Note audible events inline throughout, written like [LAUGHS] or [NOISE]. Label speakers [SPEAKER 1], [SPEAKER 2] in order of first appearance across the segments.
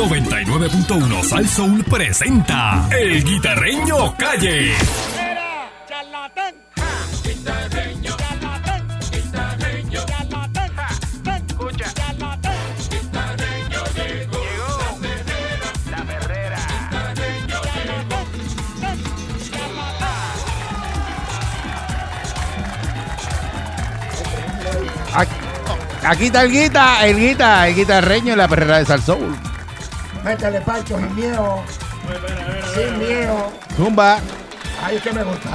[SPEAKER 1] 99.1 Salsoul presenta El Guitarreño Calle.
[SPEAKER 2] Era charlatán,
[SPEAKER 3] Guitarreño,
[SPEAKER 2] charlatán,
[SPEAKER 3] guitarreño,
[SPEAKER 2] charlatán, tan,
[SPEAKER 3] Escucha.
[SPEAKER 2] charlatán.
[SPEAKER 3] guitarreño llegó.
[SPEAKER 4] La perrera.
[SPEAKER 2] charlatán, tan, charlatán.
[SPEAKER 5] Aquí, aquí está el guita, el guita, el guitarreño en la perrera de Salsoul.
[SPEAKER 6] Métele parcho sin miedo. Sin miedo.
[SPEAKER 5] Zumba.
[SPEAKER 6] Ay, es que me gusta.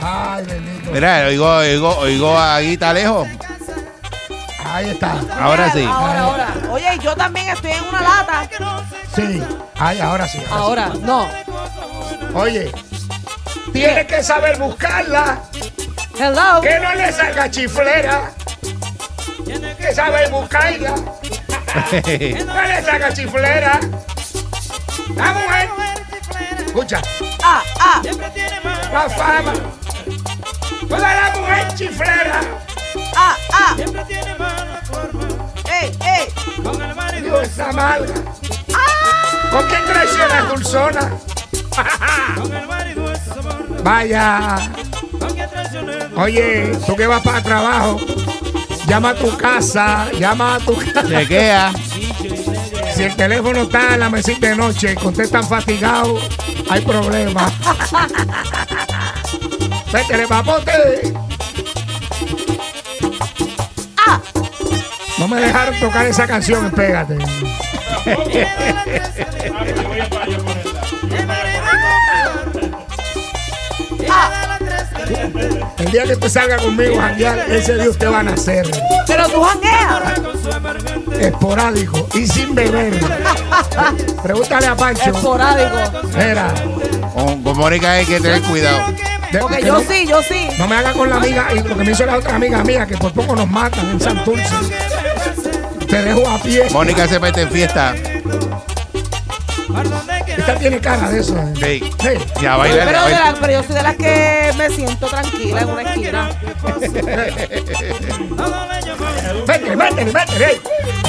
[SPEAKER 6] Ay, bendito.
[SPEAKER 5] Mira, oigo, oigo, oigo a Guita lejos.
[SPEAKER 6] Ahí está.
[SPEAKER 5] Ahora sí. [LAUGHS]
[SPEAKER 7] Ahora, ahora. Oye, yo también estoy en una lata.
[SPEAKER 6] Sí. Ay, ahora sí. ahora
[SPEAKER 7] Ahora, no.
[SPEAKER 6] sí. Oye. Tienes que saber buscarla.
[SPEAKER 7] Hello.
[SPEAKER 6] Que no le salga chiflera. Tienes que saber buscarla. Que no le salga chiflera. La mujer. Escucha.
[SPEAKER 7] Ah, ah.
[SPEAKER 6] La fama. Toda la mujer chiflera.
[SPEAKER 7] Ah, ah. Ey, ey.
[SPEAKER 6] Dios amarga. ¿Con quién traiciona Dulzona? Vaya. Oye, tú que vas para trabajo, llama a tu casa, llama a tu casa.
[SPEAKER 5] Chequea.
[SPEAKER 6] Si el teléfono está en la mesita de noche y contestan fatigado, hay problema. Métele papote. No me dejaron tocar esa canción, pégate.
[SPEAKER 7] ah.
[SPEAKER 6] El día que usted salga conmigo a janguear, ese día usted va a nacer.
[SPEAKER 7] Pero tú jangueas.
[SPEAKER 6] Esporádico y sin beber. Pregúntale a Pancho.
[SPEAKER 7] Esporádico.
[SPEAKER 6] Mira,
[SPEAKER 5] Con, con Mónica hay que tener cuidado.
[SPEAKER 6] de-
[SPEAKER 7] Porque
[SPEAKER 6] que
[SPEAKER 7] yo
[SPEAKER 6] no-
[SPEAKER 7] sí, yo sí.
[SPEAKER 6] No me haga con la amiga y lo que me hizo la otra amiga mía, que por poco nos matan en Santurce. Te dejo a pie.
[SPEAKER 5] Mónica se mete en fiesta.
[SPEAKER 6] Esta tiene cara de eso. eh.
[SPEAKER 5] Sí.
[SPEAKER 6] Sí.
[SPEAKER 5] Ya baila.
[SPEAKER 7] Pero, de
[SPEAKER 5] baila.
[SPEAKER 7] la- pero yo soy de las que me siento tranquila en una esquina.
[SPEAKER 6] Métele, métele, métele. ey.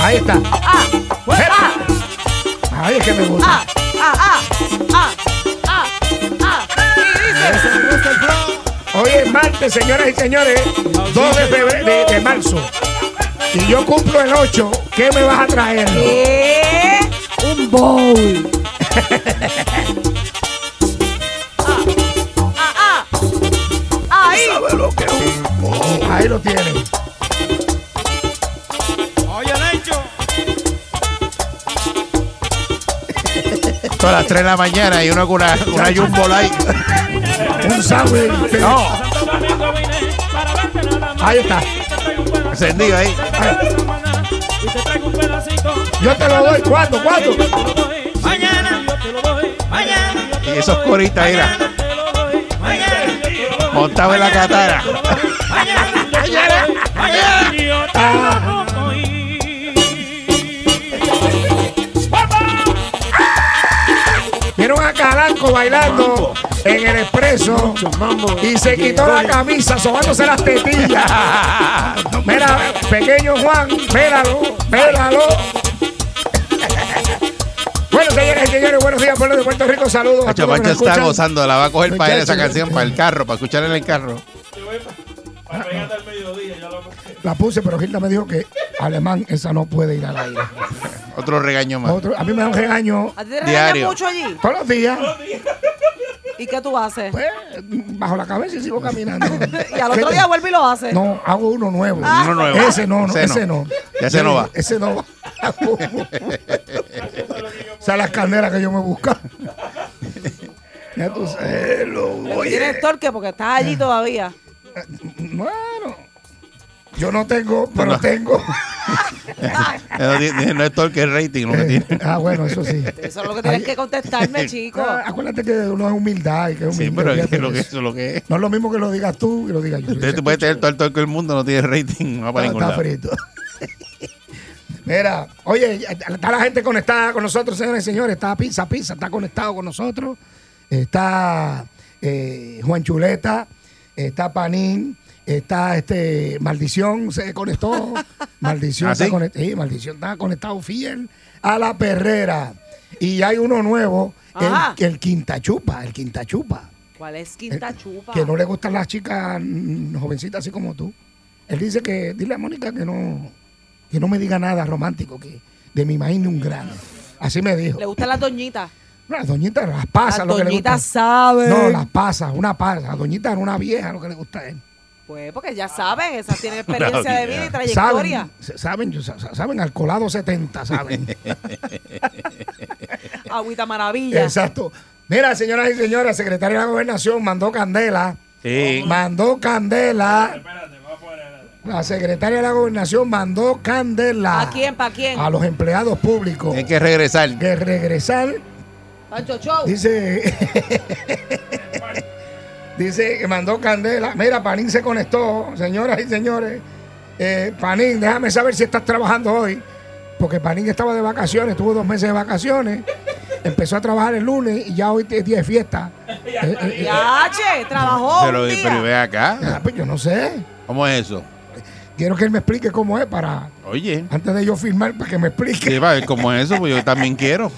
[SPEAKER 6] Ahí está.
[SPEAKER 7] Ah,
[SPEAKER 6] Mira. Ay, es que me gusta.
[SPEAKER 7] ah, ah, ah, ah, ah, ah. Y dice,
[SPEAKER 6] Hoy es martes, señoras y señores, 2 de, febr- de, de marzo. Y yo cumplo el 8. ¿Qué me vas a traer?
[SPEAKER 7] ¿qué? Un bowl. Ah, ah, ah. Ahí.
[SPEAKER 6] Ahí lo tienen.
[SPEAKER 3] Oye, Lencho,
[SPEAKER 5] Son las 3 de la mañana y uno con una, con una jumbo light.
[SPEAKER 6] Un sándwich.
[SPEAKER 5] No,
[SPEAKER 6] Ahí está.
[SPEAKER 5] encendido ahí.
[SPEAKER 6] Yo te lo doy. ¿Cuándo? ¿Cuándo?
[SPEAKER 3] mañana yo te lo doy, mañana yo te
[SPEAKER 5] Y
[SPEAKER 3] lo
[SPEAKER 5] esos
[SPEAKER 3] doy,
[SPEAKER 5] coristas, mira,
[SPEAKER 3] mañana te lo doy, mañana yo te lo doy,
[SPEAKER 5] montados en la catara.
[SPEAKER 3] mañana yo te lo doy, mañana yo te lo doy.
[SPEAKER 6] Vieron a Calanco bailando en el expreso y se quitó la camisa, sobándose las tetillas. Mira, pequeño Juan, míralo, míralo. Bueno, señores y señores, buenos días, pueblo de Puerto Rico. Saludos a
[SPEAKER 5] Hacho,
[SPEAKER 6] todos los que
[SPEAKER 5] Pancho
[SPEAKER 6] nos
[SPEAKER 5] está
[SPEAKER 6] escuchan.
[SPEAKER 5] gozando, la va a coger para él esa
[SPEAKER 6] Muchachos.
[SPEAKER 5] canción, para el carro, para escuchar en el carro.
[SPEAKER 6] La puse, pero Gilda me dijo que alemán, esa no puede ir al aire.
[SPEAKER 5] Otro regaño más.
[SPEAKER 6] Otro- a mí me da un regaño
[SPEAKER 7] ¿A ti te
[SPEAKER 5] Diario.
[SPEAKER 7] regañan mucho allí?
[SPEAKER 6] todos los días.
[SPEAKER 7] ¿Y qué tú haces?
[SPEAKER 6] Pues, bajo la cabeza y sigo caminando.
[SPEAKER 7] [LAUGHS] Y al otro día vuelve y lo hace.
[SPEAKER 6] Pues, No, hago uno nuevo.
[SPEAKER 5] Ah. Uno nuevo.
[SPEAKER 6] Ese no, no,
[SPEAKER 5] Ese no.
[SPEAKER 6] ese no.
[SPEAKER 5] Ya ese no va.
[SPEAKER 6] Ese no va. o sea, las candelas que yo me buscaba. [LAUGHS] ya tú sabes, lo oye.
[SPEAKER 7] Tienes torque porque estás
[SPEAKER 6] Ah.
[SPEAKER 7] allí todavía.
[SPEAKER 6] Bueno, yo no tengo, pero tengo.
[SPEAKER 5] No, tiene- no es todo el que es rating lo que tiene.
[SPEAKER 6] ah, bueno, eso sí.
[SPEAKER 7] Eso es lo que tienes
[SPEAKER 6] Ay. [LAUGHS]
[SPEAKER 7] que contestarme, chico.
[SPEAKER 6] Ah, acuérdate que uno es humildad y que es
[SPEAKER 5] Sí,
[SPEAKER 6] humilde,
[SPEAKER 5] pero es
[SPEAKER 6] olvídate
[SPEAKER 5] que lo que
[SPEAKER 6] de
[SPEAKER 5] eso es lo que es.
[SPEAKER 6] No es lo mismo que lo digas tú y lo diga yo.
[SPEAKER 5] Usted puede tener todo el torque del mundo, no tiene rating, no va para
[SPEAKER 6] Está-
[SPEAKER 5] ningún lado.
[SPEAKER 6] está frito. [LAUGHS] Mira, oye, ya- ya está la gente conectada con nosotros, señores y señores. Está Pizza Pizza, está conectado con nosotros. Está eh, Juan Chuleta, está Panín, Está este Maldición se conectó.
[SPEAKER 5] [LAUGHS]
[SPEAKER 6] Maldición
[SPEAKER 5] ¿Ah,
[SPEAKER 6] está
[SPEAKER 5] sí?
[SPEAKER 6] conectado. Maldición está conectado fiel a la perrera. Y hay uno nuevo,
[SPEAKER 7] Ajá.
[SPEAKER 6] el, el Quinta Chupa, el Quinta Chupa.
[SPEAKER 7] ¿Cuál es Quinta Chupa?
[SPEAKER 6] Eh, Que no le gustan las chicas mm, jovencitas así como tú. Él dice que, dile a Mónica que no, que no me diga nada romántico, que de mi maíz ni un grano. Así me dijo.
[SPEAKER 7] Le gustan las doñitas.
[SPEAKER 6] No, las doñitas, las pasas,
[SPEAKER 7] las
[SPEAKER 6] Ah, lo que le gusta.
[SPEAKER 7] doñitas saben.
[SPEAKER 6] No, las pasas, una pasa. La doñita era una vieja, lo que le gusta a él.
[SPEAKER 7] Pues porque ya saben, esas
[SPEAKER 6] [LAUGHS]
[SPEAKER 7] tienen experiencia de vida y trayectoria.
[SPEAKER 6] Saben, s- saben, yo- sa- sa- saben, al colado 70,
[SPEAKER 7] [LAUGHS]
[SPEAKER 6] saben.
[SPEAKER 7] Agüita maravilla.
[SPEAKER 6] Exacto. Mira, señoras y señores, secretario de la gobernación mandó candela.
[SPEAKER 5] Sí.
[SPEAKER 6] Mandó candela. La secretaria de la gobernación mandó candela.
[SPEAKER 7] ¿A quién? ¿Para quién?
[SPEAKER 6] A los empleados públicos.
[SPEAKER 5] Hay que regresar.
[SPEAKER 6] Que regresar
[SPEAKER 7] Pancho Show.
[SPEAKER 6] Dice. [LAUGHS] dice que mandó candela. Mira, Panín se conectó, señoras y señores. Eh, Panín, déjame saber si estás trabajando hoy. Porque Panín estaba de vacaciones, tuvo dos meses de vacaciones. Empezó a trabajar el lunes y ya hoy es día de fiesta. Eh, eh, eh,
[SPEAKER 7] Ya,
[SPEAKER 5] [LAUGHS]
[SPEAKER 7] che, trabajó.
[SPEAKER 5] Pero,
[SPEAKER 7] un día.
[SPEAKER 5] pero ve
[SPEAKER 6] ah,
[SPEAKER 5] acá.
[SPEAKER 6] pues yo no sé.
[SPEAKER 5] ¿Cómo es eso?
[SPEAKER 6] Quiero que él me explique cómo es para.
[SPEAKER 5] Oye.
[SPEAKER 6] Antes de yo firmar, para que me
[SPEAKER 5] Sí,
[SPEAKER 6] explique.
[SPEAKER 5] va a ver cómo es eso, pues yo también quiero.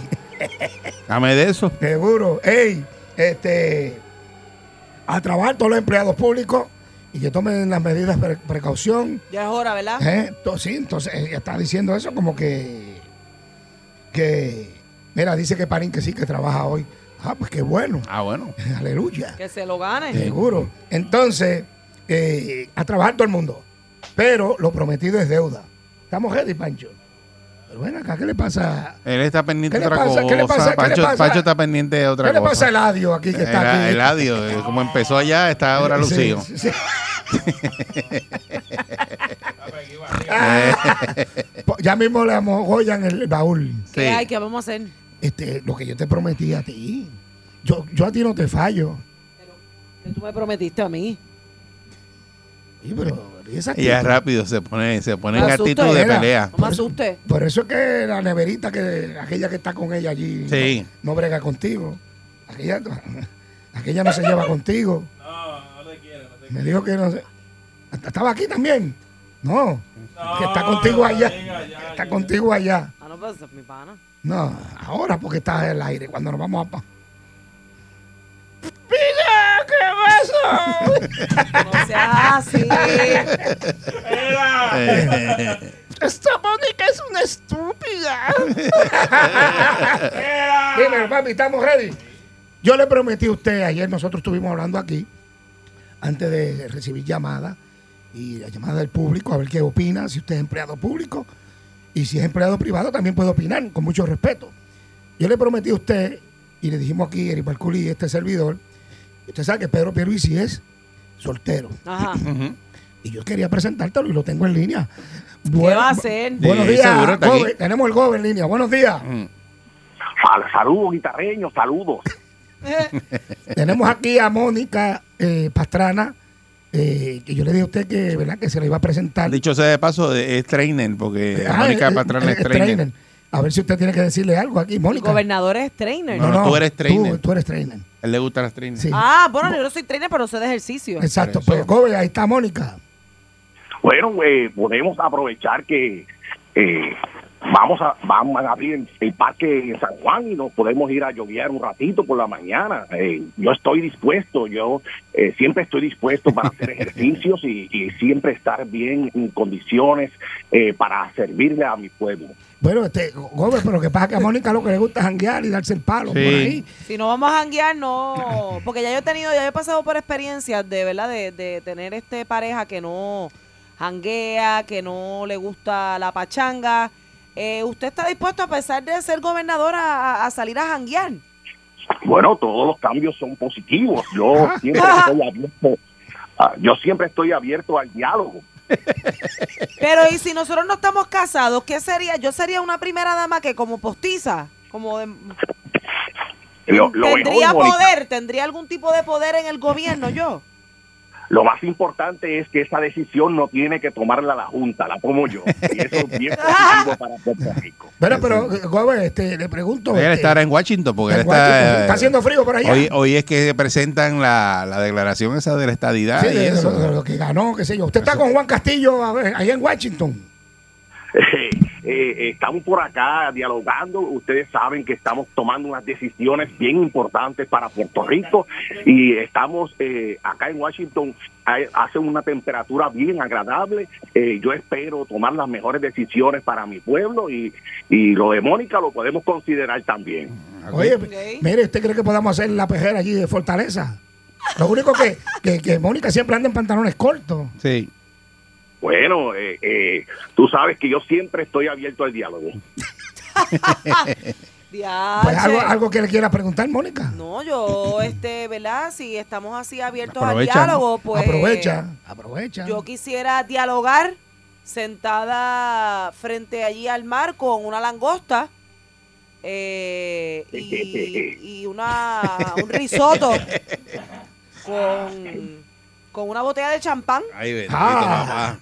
[SPEAKER 5] Dame de eso.
[SPEAKER 6] Seguro. Ey, este. A trabajar todos los empleados públicos y que tomen las medidas de pre- precaución.
[SPEAKER 7] Ya es hora, ¿verdad?
[SPEAKER 6] ¿Eh? To- Sí, entonces ella está diciendo eso como que. Que. Mira, dice que Parín que sí que trabaja hoy. Ah, pues qué bueno. [LAUGHS]
[SPEAKER 5] Ah, bueno.
[SPEAKER 6] Aleluya.
[SPEAKER 7] Que se lo gane.
[SPEAKER 5] Este,
[SPEAKER 6] Seguro. Entonces, eh, a trabajar todo el mundo. Pero lo prometido es deuda. Estamos ready, Pancho. Pero bueno, acá, ¿qué le pasa?
[SPEAKER 5] Él está pendiente
[SPEAKER 6] ¿Qué
[SPEAKER 5] de
[SPEAKER 6] le
[SPEAKER 5] otra
[SPEAKER 6] pasa?
[SPEAKER 5] cosa.
[SPEAKER 6] ¿Qué le pasa? ¿Qué le
[SPEAKER 5] Pancho,
[SPEAKER 6] pasa?
[SPEAKER 5] Pancho está pendiente de otra
[SPEAKER 6] ¿Qué le
[SPEAKER 5] cosa.
[SPEAKER 6] pasa a Eladio aquí que está
[SPEAKER 5] Era
[SPEAKER 6] aquí?
[SPEAKER 5] el adio, eh, como empezó allá, está ahora lucido.
[SPEAKER 6] Sí, sí, sí. Ah, po- ya mismo le amogollan el baúl.
[SPEAKER 7] ¿Qué
[SPEAKER 5] Sí.
[SPEAKER 7] hay? ¿Qué vamos a hacer?
[SPEAKER 6] Este, lo que yo te prometí a ti. Yo, yo a ti no te fallo.
[SPEAKER 7] Que tú me prometiste a mí.
[SPEAKER 6] Sí, pero esa
[SPEAKER 5] Ella
[SPEAKER 6] actitud-
[SPEAKER 5] rápido se pone, se pone en
[SPEAKER 7] Me asusta,
[SPEAKER 5] actitud de
[SPEAKER 6] era.
[SPEAKER 5] pelea.
[SPEAKER 7] No me asustes.
[SPEAKER 6] Por eso es que la neverita, que aquella que está con ella allí,
[SPEAKER 5] Sí.
[SPEAKER 6] no, no brega contigo. Aquella, aquella no se lleva contigo.
[SPEAKER 3] Ah, No, no te quiero, no te
[SPEAKER 6] Me dijo que no sé. ¿Estaba aquí también? No. que está contigo allá. está contigo allá.
[SPEAKER 7] Ah, no, pues mi pana.
[SPEAKER 6] No, ahora porque estás en el aire, cuando nos vamos a... pa-
[SPEAKER 7] No seas así.
[SPEAKER 3] Eh.
[SPEAKER 6] [LAUGHS] Esta Mónica es una estúpida. [LAUGHS] Dime, papi, estamos ready. Yo le prometí a usted, ayer nosotros estuvimos hablando aquí, antes de recibir llamada, y la llamada del público, a ver qué opina, si usted es empleado público, y si es empleado privado también puede opinar, con mucho respeto. Yo le prometí a usted, y le dijimos aquí, Eric Barculi y este servidor, usted sabe que Pedro Pierluisi es soltero.
[SPEAKER 7] Ajá.
[SPEAKER 6] Y yo quería presentártelo y lo tengo en línea.
[SPEAKER 7] va a hacer?
[SPEAKER 6] Buenos
[SPEAKER 5] Sí,
[SPEAKER 6] días.
[SPEAKER 5] seguro, está aquí.
[SPEAKER 6] Gobe. tenemos el Gobe en línea. Buenos
[SPEAKER 5] [LAUGHS]
[SPEAKER 6] días.
[SPEAKER 4] Fal- Saludos, guitarreños, saludos.
[SPEAKER 6] tenemos aquí a Mónica eh, Pastrana, eh, que yo le dije a usted que, ¿verdad? que se le iba a presentar.
[SPEAKER 5] Dicho sea de paso, es trainer, porque
[SPEAKER 6] Ah,
[SPEAKER 5] Mónica
[SPEAKER 6] eh,
[SPEAKER 5] Patrón
[SPEAKER 6] eh,
[SPEAKER 5] es trainer.
[SPEAKER 6] trainer. A ver si usted tiene que decirle algo aquí,
[SPEAKER 7] El
[SPEAKER 6] Mónica.
[SPEAKER 7] gobernador es trainer.
[SPEAKER 5] No, no, tú eres trainer.
[SPEAKER 6] Tú, tú eres trainer.
[SPEAKER 5] A él le gustan las trainers.
[SPEAKER 6] Sí.
[SPEAKER 7] Ah, bueno, yo no soy trainer, pero sé de ejercicio.
[SPEAKER 6] Exacto.
[SPEAKER 5] Por
[SPEAKER 6] Pues,
[SPEAKER 5] eso.
[SPEAKER 6] Gobe, ahí está Mónica.
[SPEAKER 4] Bueno, eh, podemos aprovechar que eh, vamos a vamos a abrir el, el parque en San Juan y nos podemos ir a lloviar un ratito por la mañana. Eh, yo estoy dispuesto, yo eh, siempre estoy dispuesto para hacer ejercicios y, y siempre estar bien en condiciones eh, para servirle a mi pueblo.
[SPEAKER 6] Bueno, este, Gobe, pero lo que pasa es que a Mónica lo que le gusta es janguear y darse el palo por
[SPEAKER 5] Sí.
[SPEAKER 6] ahí.
[SPEAKER 7] Si no vamos a janguear, no. Porque ya yo he tenido, ya yo he pasado por experiencias de, ¿verdad? De, de tener este pareja que no janguea, que no le gusta la pachanga. Eh, ¿Usted está dispuesto, a pesar de ser gobernador, a, a salir a janguear?
[SPEAKER 4] Bueno, todos los cambios son positivos. Yo siempre estoy abierto. ah, yo siempre estoy abierto al diálogo.
[SPEAKER 7] Pero y si nosotros no estamos casados, ¿qué sería? Yo sería una primera dama que como postiza, como de-
[SPEAKER 4] Lo- lo mejor,
[SPEAKER 7] tendría
[SPEAKER 4] Mónica,
[SPEAKER 7] poder, tendría algún tipo de poder en el gobierno yo.
[SPEAKER 4] Lo más importante es que esa decisión no tiene que tomarla la Junta, la tomo yo. Y eso es bien positivo para Puerto Rico. [LAUGHS]
[SPEAKER 6] Bueno, pero, eh, Gómez, este, le pregunto.
[SPEAKER 5] Él
[SPEAKER 6] este,
[SPEAKER 5] estará en Washington porque
[SPEAKER 6] en
[SPEAKER 5] él está, eh,
[SPEAKER 6] Washington. Está haciendo frío por allá.
[SPEAKER 5] Hoy, hoy es que presentan la, la declaración esa de la estadidad
[SPEAKER 6] sí,
[SPEAKER 5] ah, y
[SPEAKER 6] de-
[SPEAKER 5] eso.
[SPEAKER 6] lo, lo- lo que ganó, qué sé yo. Usted está con Juan Castillo a ver, allá en Washington.
[SPEAKER 4] Eh, eh, estamos por acá dialogando. Ustedes saben que estamos tomando unas decisiones bien importantes para Puerto Rico y estamos eh, acá en Washington. Hay- Hace una temperatura bien agradable. Eh, yo espero tomar las mejores decisiones para mi pueblo y, y lo de Mónica lo podemos considerar también.
[SPEAKER 6] Oye,
[SPEAKER 7] Ok.
[SPEAKER 6] mire, ¿usted cree que podamos hacer la pejera allí de Fortaleza? Lo único que, que, que Mónica siempre anda en pantalones cortos.
[SPEAKER 5] Sí.
[SPEAKER 4] Bueno, eh, eh, tú sabes que yo siempre estoy abierto al diálogo.
[SPEAKER 6] Pues
[SPEAKER 7] Diache.
[SPEAKER 6] algo, algo que le quiera preguntar, Mónica.
[SPEAKER 7] No, yo, este, ¿verdad? Si estamos así abiertos
[SPEAKER 5] Aprovecha,
[SPEAKER 7] al diálogo, pues.
[SPEAKER 6] aprovecha, aprovecha.
[SPEAKER 7] Yo quisiera dialogar sentada frente allí al mar con una langosta eh, y, y una,
[SPEAKER 6] [LAUGHS]
[SPEAKER 7] un risotto con, con una botella de champán.
[SPEAKER 5] Ahí bendito,
[SPEAKER 6] Ah.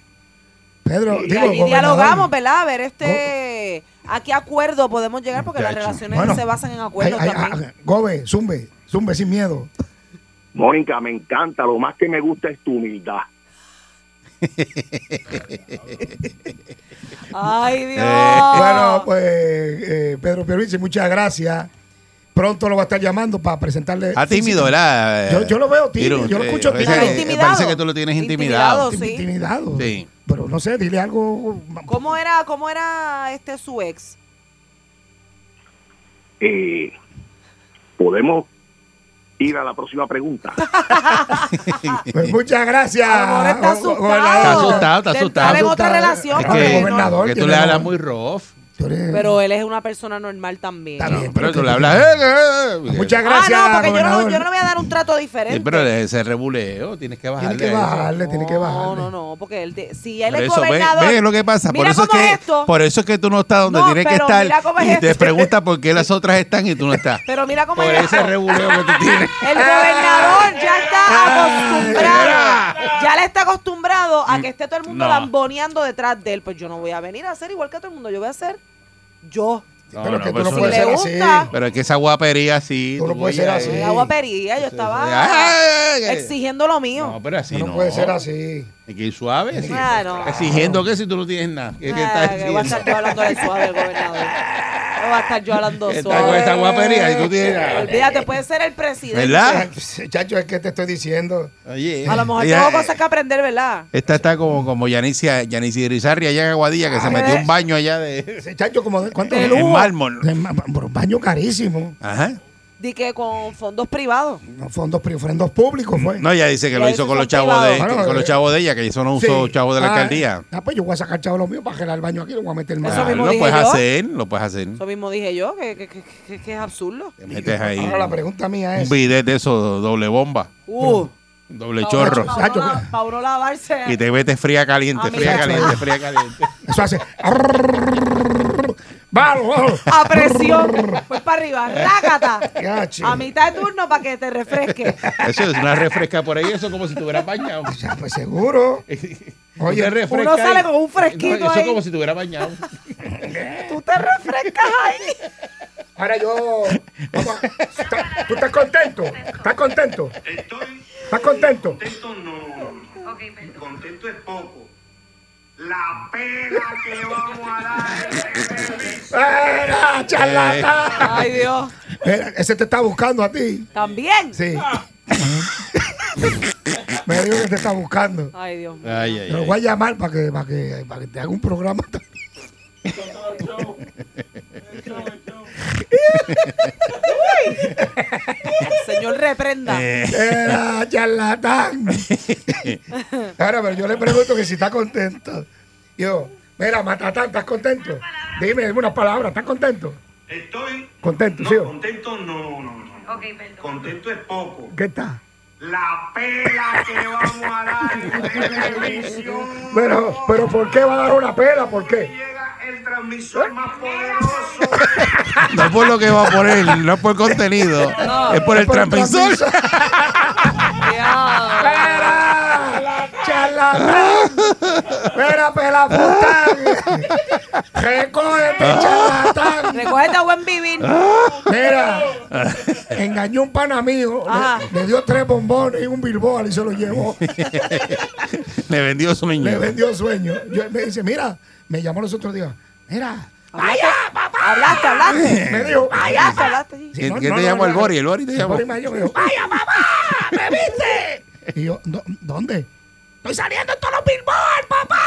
[SPEAKER 6] Pedro,
[SPEAKER 7] Y
[SPEAKER 6] digo,
[SPEAKER 7] allí
[SPEAKER 6] gobernador.
[SPEAKER 7] dialogamos, ¿verdad? A
[SPEAKER 6] Oh.
[SPEAKER 7] ver este, a qué acuerdo podemos llegar porque las
[SPEAKER 5] Muchacho.
[SPEAKER 7] relaciones
[SPEAKER 6] Bueno,
[SPEAKER 7] se basan en acuerdos
[SPEAKER 6] Ay, ay,
[SPEAKER 7] también.
[SPEAKER 6] ay, ah, Gobe, zumbe, zumbe sin miedo.
[SPEAKER 4] Mónica, me encanta. Lo más que me gusta es tu humildad.
[SPEAKER 7] Ay, Dios.
[SPEAKER 6] Eh,
[SPEAKER 7] Ah.
[SPEAKER 6] Bueno, pues eh, Pedro Pierluisi, muchas gracias. Pronto lo va a estar llamando para presentarle.
[SPEAKER 5] Está tímido, ¿verdad?
[SPEAKER 6] Yo- yo lo veo tímido,
[SPEAKER 5] Tiro,
[SPEAKER 6] yo lo
[SPEAKER 5] eh,
[SPEAKER 6] escucho
[SPEAKER 5] parece
[SPEAKER 6] tímido.
[SPEAKER 5] que-
[SPEAKER 7] Intimidado.
[SPEAKER 5] Parece que tú lo tienes intimidado.
[SPEAKER 7] Intimidado, sí.
[SPEAKER 6] Intimidado.
[SPEAKER 5] Sí.
[SPEAKER 6] Pero no sé, dile algo.
[SPEAKER 7] ¿Cómo era, cómo era este su ex?
[SPEAKER 4] Eh, podemos ir a la próxima pregunta.
[SPEAKER 6] Pues muchas gracias.
[SPEAKER 7] A lo mejor está
[SPEAKER 6] go-
[SPEAKER 7] asustado.
[SPEAKER 5] Está
[SPEAKER 6] gobernador.
[SPEAKER 5] asustado, está
[SPEAKER 7] De
[SPEAKER 5] asustado.
[SPEAKER 7] entrar en otra
[SPEAKER 6] Asustado.
[SPEAKER 7] relación,
[SPEAKER 5] Es
[SPEAKER 6] Como
[SPEAKER 7] porque
[SPEAKER 5] que,
[SPEAKER 7] no-
[SPEAKER 6] gobernador
[SPEAKER 5] que tú
[SPEAKER 6] tiene
[SPEAKER 5] le hablas
[SPEAKER 6] la-
[SPEAKER 5] muy rough.
[SPEAKER 6] tú eres-
[SPEAKER 7] Pero él es una persona normal también.
[SPEAKER 6] Está bien,
[SPEAKER 5] Pero
[SPEAKER 6] pero
[SPEAKER 5] tú le
[SPEAKER 6] que-
[SPEAKER 5] hablas. eh, eh, eh.
[SPEAKER 6] Muchas
[SPEAKER 7] Ah,
[SPEAKER 6] gracias.
[SPEAKER 7] no, porque yo no,
[SPEAKER 6] gobernador.
[SPEAKER 7] yo no le voy a dar un trato
[SPEAKER 5] Sí,
[SPEAKER 7] diferente.
[SPEAKER 5] Pero ese rebuleo, tienes que bajarle.
[SPEAKER 6] Tiene que
[SPEAKER 5] a eso.
[SPEAKER 6] bajarle, tiene que
[SPEAKER 7] No,
[SPEAKER 6] bajarle.
[SPEAKER 7] no, no, porque él te- si él
[SPEAKER 5] Por
[SPEAKER 7] es
[SPEAKER 5] eso, ve-
[SPEAKER 7] gobernador.
[SPEAKER 5] ve lo que pasa. Por
[SPEAKER 7] Mira
[SPEAKER 5] eso, es
[SPEAKER 7] cómo
[SPEAKER 5] que,
[SPEAKER 7] es esto.
[SPEAKER 5] por eso es que tú no estás donde
[SPEAKER 7] No,
[SPEAKER 5] tienes que
[SPEAKER 7] pero
[SPEAKER 5] estar.
[SPEAKER 7] mira cómo es
[SPEAKER 5] y te
[SPEAKER 7] esto.
[SPEAKER 5] preguntas por qué las otras están y tú no estás.
[SPEAKER 7] Pero mira cómo
[SPEAKER 5] [LAUGHS] por
[SPEAKER 7] es
[SPEAKER 5] ese
[SPEAKER 7] esto.
[SPEAKER 5] rebuleo que tú [LAUGHS] tienes.
[SPEAKER 7] El gobernador ya
[SPEAKER 6] Ah,
[SPEAKER 7] está acostumbrado. Ya le está acostumbrado a que esté todo el mundo
[SPEAKER 5] Mm, No.
[SPEAKER 7] lamboneando detrás de él. Pues yo no voy a venir a hacer igual que todo el mundo. Yo voy a hacer yo.
[SPEAKER 5] No,
[SPEAKER 6] pero
[SPEAKER 5] no,
[SPEAKER 6] que
[SPEAKER 5] pues
[SPEAKER 6] tú
[SPEAKER 5] eso
[SPEAKER 6] no
[SPEAKER 7] Si
[SPEAKER 6] puedes
[SPEAKER 7] le
[SPEAKER 6] ser
[SPEAKER 7] gusta.
[SPEAKER 6] así.
[SPEAKER 5] Pero es que esa guapería sí.
[SPEAKER 6] Tú no puedes ser
[SPEAKER 5] voy a-
[SPEAKER 6] así.
[SPEAKER 7] Yo
[SPEAKER 5] eh,
[SPEAKER 7] era guapería, yo estaba
[SPEAKER 5] ay, ay, ay.
[SPEAKER 7] exigiendo lo mío.
[SPEAKER 5] No, pero así no.
[SPEAKER 6] No puede ser así.
[SPEAKER 5] Hay que ir suave. sí.
[SPEAKER 7] Ah, no.
[SPEAKER 5] Exigiendo que si tú no tienes nada. ¿Qué, qué estás
[SPEAKER 7] Ah, que voy a estar
[SPEAKER 5] exigiendo?
[SPEAKER 7] yo hablando de suave, el gobernador. No va a estar yo hablando
[SPEAKER 5] ¿Qué tal con
[SPEAKER 7] suave.
[SPEAKER 5] esa guapería y tú tienes nada?
[SPEAKER 7] Olvídate, puede ser el presidente.
[SPEAKER 5] ¿Verdad?
[SPEAKER 6] Chacho, es que te estoy diciendo.
[SPEAKER 5] Oye.
[SPEAKER 7] A lo mejor
[SPEAKER 5] ella-
[SPEAKER 7] tengo cosas que aprender, ¿verdad?
[SPEAKER 5] Esta está como, como Yanicia, Yanicia Irizarry allá en Aguadilla,
[SPEAKER 7] Ah.
[SPEAKER 5] que se metió
[SPEAKER 7] [LAUGHS]
[SPEAKER 5] un baño allá de,
[SPEAKER 6] Ese Chacho, como de, ¿cuánto?
[SPEAKER 5] en mármol.
[SPEAKER 6] De ma- por un baño carísimo.
[SPEAKER 5] Ajá.
[SPEAKER 7] Di que con fondos privados.
[SPEAKER 6] No fueron dos, pri- fueron dos públicos, pues. fue.
[SPEAKER 5] No, ella dice que
[SPEAKER 7] Ya
[SPEAKER 5] lo
[SPEAKER 7] eso
[SPEAKER 5] hizo con
[SPEAKER 7] son
[SPEAKER 5] los chavos de,
[SPEAKER 6] privados.
[SPEAKER 5] que- con los
[SPEAKER 7] eh,
[SPEAKER 5] chavos de ella, que eso no usó
[SPEAKER 6] Sí.
[SPEAKER 5] chavos de la
[SPEAKER 6] Ah,
[SPEAKER 5] alcaldía.
[SPEAKER 6] Ah, pues yo voy a sacar chavos los míos para gelar el baño aquí, lo voy a meter más.
[SPEAKER 7] Eso
[SPEAKER 5] Ah,
[SPEAKER 7] mismo
[SPEAKER 5] lo
[SPEAKER 7] dije
[SPEAKER 5] puedes
[SPEAKER 7] yo.
[SPEAKER 5] hacer, lo puedes hacer.
[SPEAKER 7] Eso mismo dije yo, que, que- que- que- que es absurdo.
[SPEAKER 5] Te metes ahí
[SPEAKER 6] Ahora la
[SPEAKER 5] un
[SPEAKER 6] pregunta mía es.
[SPEAKER 5] bidet de eso, doble bomba,
[SPEAKER 7] Uh,
[SPEAKER 5] doble chorro.
[SPEAKER 7] Para uno,
[SPEAKER 6] Chacho.
[SPEAKER 7] la- pa' uno lavarse.
[SPEAKER 5] Y te metes fría
[SPEAKER 7] Ah,
[SPEAKER 5] caliente,
[SPEAKER 7] mira.
[SPEAKER 5] fría caliente, fría caliente.
[SPEAKER 6] Eso [LAUGHS] hace. ¡Valo, valo!
[SPEAKER 7] A
[SPEAKER 5] [LAUGHS]
[SPEAKER 7] presión. Pues para arriba. Rácata.
[SPEAKER 6] Chacho.
[SPEAKER 7] A mitad de turno para que te refresque.
[SPEAKER 5] Eso es una refresca por ahí, eso como si tuvieras bañado.
[SPEAKER 6] Ya, pues seguro. Oye,
[SPEAKER 5] Una refresca
[SPEAKER 7] Uno sale
[SPEAKER 5] ahí.
[SPEAKER 7] con un fresquito
[SPEAKER 5] eso
[SPEAKER 7] ahí.
[SPEAKER 5] como si tuviera bañado.
[SPEAKER 7] Tú te refrescas ahí.
[SPEAKER 6] Ahora yo. vamos a- ¿Está- ¿Tú estás contento? ¿Estás contento?
[SPEAKER 8] Estoy
[SPEAKER 6] ¿Estás contento?
[SPEAKER 8] contento, no. Contento es poco. La pega que vamos a dar es
[SPEAKER 6] ¡Ah, charlatán!
[SPEAKER 7] Ay, Dios.
[SPEAKER 6] Mira, Ese te está buscando a ti.
[SPEAKER 7] También.
[SPEAKER 6] Sí. Me dijo que te está buscando.
[SPEAKER 7] Ay, Dios mío.
[SPEAKER 5] Ay, ay,
[SPEAKER 6] Te lo
[SPEAKER 5] ay.
[SPEAKER 6] voy a llamar para que, para que, para que te haga un programa también.
[SPEAKER 7] Señor, reprenda.
[SPEAKER 6] Eh. Era charlatán. Ahora, pero yo le pregunto que si está contento. Yo, mira, Matatán, ¿estás contento? Dime, dime unas palabras, ¿estás contento?
[SPEAKER 8] Estoy
[SPEAKER 6] Contento, ¿sí?
[SPEAKER 8] no, contento, no, no, no. Contento es poco.
[SPEAKER 6] ¿Qué está?
[SPEAKER 8] La pega que vamos a dar
[SPEAKER 6] [LAUGHS]
[SPEAKER 8] es televisión.
[SPEAKER 6] Pero, pero ¿por qué va a dar una pela? ¿Por qué?
[SPEAKER 8] Llega el transmisor más poderoso.
[SPEAKER 5] No es por lo que va a poner, no es por contenido, es por el
[SPEAKER 6] Por
[SPEAKER 5] transmisor.
[SPEAKER 6] transmisor.
[SPEAKER 7] Diablo.
[SPEAKER 6] ¡Espera! charlatán. Mira, pelafután. Recógete,
[SPEAKER 5] Ah.
[SPEAKER 6] charlatán.
[SPEAKER 7] Recógete a buen vivir.
[SPEAKER 6] Ah. Mira, engañó un pana mío. le-
[SPEAKER 7] Ajá.
[SPEAKER 6] Le, dio tres bombones y un bilboal y se lo llevó.
[SPEAKER 5] [LAUGHS] Le vendió su
[SPEAKER 6] Le
[SPEAKER 5] niño.
[SPEAKER 6] vendió sueño. Yo, me dice, mira, me llamó los otros días.
[SPEAKER 5] [LAUGHS]
[SPEAKER 6] Mira,
[SPEAKER 7] Hablaste, hablaste.
[SPEAKER 6] me dijo, ay,
[SPEAKER 7] Hablaste, hablaste. sí.
[SPEAKER 5] ¿Quién quién te llamó el Bori? El Bori te llamó.
[SPEAKER 6] me dijo, ¡vaya papá! ¡Me viste! Y yo, "¿Dó- ¿dónde? ¡Estoy saliendo en todos los billboards, papá!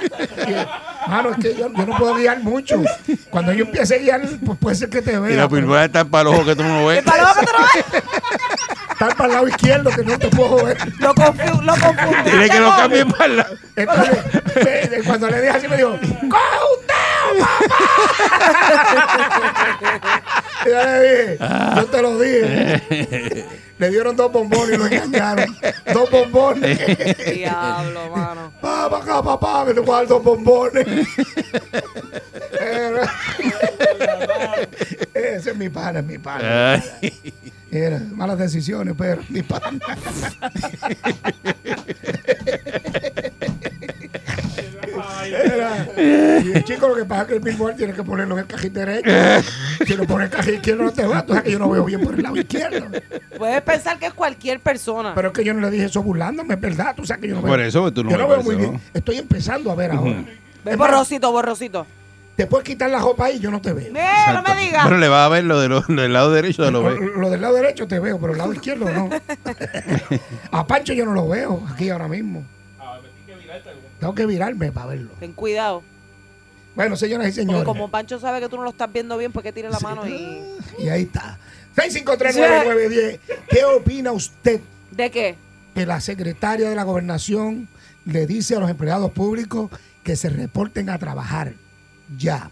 [SPEAKER 6] [LAUGHS] Y yo, Mano, es que yo, yo no puedo guiar mucho. Cuando yo empiece a guiar, pues puede ser que te
[SPEAKER 5] Y
[SPEAKER 6] vea.
[SPEAKER 5] la
[SPEAKER 6] pero
[SPEAKER 5] primera está para el ojo que tú no
[SPEAKER 7] El
[SPEAKER 5] ves.
[SPEAKER 7] palo que te lo ves.
[SPEAKER 6] Estar para el lado izquierdo que no te puedo ver.
[SPEAKER 7] Lo confu- lo confundiste
[SPEAKER 5] Tiene que lo
[SPEAKER 7] con-
[SPEAKER 5] cambien para la.
[SPEAKER 6] Entonces, me- de- cuando le dije así, me dijo, ¡Coge un dedo, papá! [LAUGHS] Y yo le dije, yo te lo dije. Le dieron dos bombones y lo engañaron. Dos bombones.
[SPEAKER 7] Diablo, mano.
[SPEAKER 6] Papá, acá, papá, que te voy a dar dos bombones. Era- [LAUGHS] Ese es mi pana, es mi
[SPEAKER 5] Ah.
[SPEAKER 6] pana.
[SPEAKER 5] Ay.
[SPEAKER 6] Era, malas decisiones, pero mi pana. Era, y el chico, lo que pasa es que el billboard tiene que ponerlo en el cajón derecho. Si lo pones en el cajón izquierdo, no te va. Tú sabes que yo no veo bien por el lado izquierdo.
[SPEAKER 7] Puedes pensar que es cualquier persona.
[SPEAKER 6] Pero es que yo no le dije eso burlándome, es verdad. Tú sabes que yo no veo.
[SPEAKER 5] Por eso, tú no
[SPEAKER 6] yo
[SPEAKER 5] me
[SPEAKER 6] no veo
[SPEAKER 5] parece,
[SPEAKER 6] muy
[SPEAKER 5] ¿no?
[SPEAKER 6] bien. Estoy empezando a ver ahora.
[SPEAKER 7] Ve
[SPEAKER 6] Es más,
[SPEAKER 7] borrosito, borrosito.
[SPEAKER 6] te puedes quitar la ropa ahí y yo no te veo.
[SPEAKER 7] Ve, no me digas.
[SPEAKER 5] Pero le va a ver lo, de lo- lo del lado derecho de lo
[SPEAKER 6] Lo,
[SPEAKER 5] ve.
[SPEAKER 6] lo del lado derecho te veo, pero el lado izquierdo
[SPEAKER 5] [LAUGHS]
[SPEAKER 6] no. a Pancho yo no lo veo aquí ahora mismo. Tengo que virarme para verlo.
[SPEAKER 7] Ten cuidado.
[SPEAKER 6] Bueno, señoras y
[SPEAKER 7] Porque
[SPEAKER 6] señores.
[SPEAKER 7] como Pancho sabe que tú no lo estás viendo bien, pues que tire la mano y.
[SPEAKER 6] Y ahí está. 6539910. ¿Qué opina usted
[SPEAKER 7] ¿De qué?
[SPEAKER 6] que la secretaria de la gobernación le dice a los empleados públicos que se reporten a trabajar ya.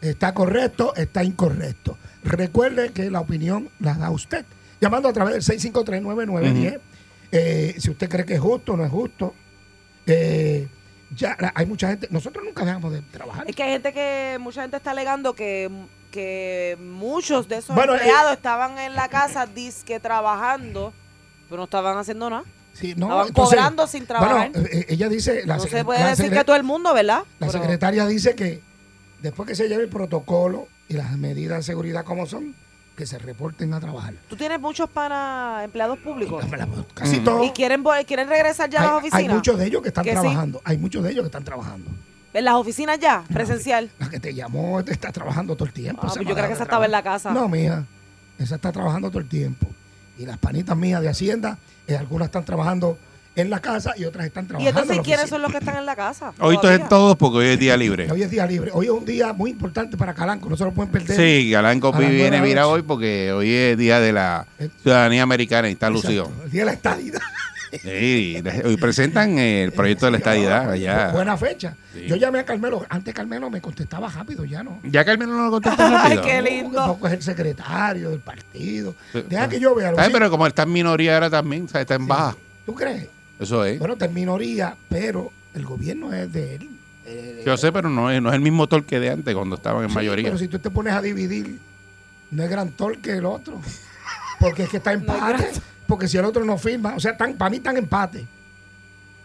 [SPEAKER 6] ¿Está correcto? ¿Está incorrecto? Recuerde que la opinión la da usted. Llamando a través del 6539910, eh, si usted cree que es justo o no es justo. Eh, ya la- hay mucha gente, nosotros nunca dejamos de trabajar.
[SPEAKER 7] Es que hay gente que. Mucha gente está alegando que, que muchos de esos
[SPEAKER 6] Bueno,
[SPEAKER 7] empleados
[SPEAKER 6] eh,
[SPEAKER 7] estaban en la casa disque trabajando, pero no estaban haciendo nada.
[SPEAKER 6] Sí, no,
[SPEAKER 7] Estaban cobrando sin trabajar.
[SPEAKER 6] Bueno, eh, ella dice, la,
[SPEAKER 7] no
[SPEAKER 6] secre-
[SPEAKER 7] se puede
[SPEAKER 6] la
[SPEAKER 7] decir
[SPEAKER 6] secre-
[SPEAKER 7] que todo el mundo, ¿verdad?
[SPEAKER 6] La
[SPEAKER 7] Pero-
[SPEAKER 6] secretaria dice que después que se lleve el protocolo y las medidas de seguridad como son, que se reporten a trabajar. pues,
[SPEAKER 7] Tú tienes muchos para empleados públicos.
[SPEAKER 6] Casi todos.
[SPEAKER 7] Y quieren, vol- quieren regresar ya a
[SPEAKER 6] hay,
[SPEAKER 7] las
[SPEAKER 6] hay
[SPEAKER 7] oficinas.
[SPEAKER 6] muchos de ellos que están
[SPEAKER 7] Que sí.
[SPEAKER 6] trabajando. Hay muchos de ellos que están trabajando.
[SPEAKER 7] En las oficinas ya, presencial.
[SPEAKER 6] La que te llamó te está trabajando todo el tiempo.
[SPEAKER 7] Ah,
[SPEAKER 6] esa
[SPEAKER 7] pues
[SPEAKER 6] no
[SPEAKER 7] yo creo
[SPEAKER 6] deja
[SPEAKER 7] que esa
[SPEAKER 6] de
[SPEAKER 7] estaba en la
[SPEAKER 6] pues, trabajar.
[SPEAKER 7] casa.
[SPEAKER 6] No, mija. Esa está trabajando todo el tiempo. Y las panitas mías de Hacienda, eh, algunas están trabajando en la casa y otras están
[SPEAKER 7] y
[SPEAKER 6] trabajando.
[SPEAKER 7] entonces,
[SPEAKER 6] en la
[SPEAKER 7] ¿quiénes
[SPEAKER 6] oficina.
[SPEAKER 7] son los que están en la casa?
[SPEAKER 5] Hoy to-
[SPEAKER 7] todavía?
[SPEAKER 5] todos porque hoy es día libre.
[SPEAKER 6] Hoy es día libre. Hoy es un día muy importante para Calanco. No se lo pueden perder.
[SPEAKER 5] Sí, Galán
[SPEAKER 6] A
[SPEAKER 5] Copi
[SPEAKER 6] las nueve de
[SPEAKER 5] viene
[SPEAKER 6] la
[SPEAKER 5] mira
[SPEAKER 6] noche.
[SPEAKER 5] hoy porque hoy es día de la
[SPEAKER 6] Eh.
[SPEAKER 5] ciudadanía americana y está lucido.
[SPEAKER 6] Exacto, El día de la estadidad.
[SPEAKER 5] Sí, le- hoy presentan el proyecto de la estadidad
[SPEAKER 6] Bu-
[SPEAKER 5] allá.
[SPEAKER 6] Buena fecha. Yo llamé a Carmelo. Antes Carmelo me contestaba rápido, ya no.
[SPEAKER 5] Ya Carmen no lo contesta
[SPEAKER 7] Ay,
[SPEAKER 5] rápido.
[SPEAKER 7] qué
[SPEAKER 6] No,
[SPEAKER 7] lindo.
[SPEAKER 6] Tampoco es el secretario del partido.
[SPEAKER 5] Sí,
[SPEAKER 6] Deja
[SPEAKER 5] sí.
[SPEAKER 6] que yo vea. lo
[SPEAKER 5] Ay,
[SPEAKER 6] sí.
[SPEAKER 5] pero como está en minoría ahora también, o sea, está en baja.
[SPEAKER 6] ¿Tú crees?
[SPEAKER 5] Eso es.
[SPEAKER 6] Bueno, está en minoría, pero el gobierno es de él. Eh,
[SPEAKER 5] Yo sé, pero no es, no es el mismo torque de antes cuando estaban en
[SPEAKER 6] sí,
[SPEAKER 5] mayoría.
[SPEAKER 6] Pero si tú te pones a dividir, no es gran torque el otro. Porque es que está empate. Porque si el otro no firma, o sea, para mí están empate.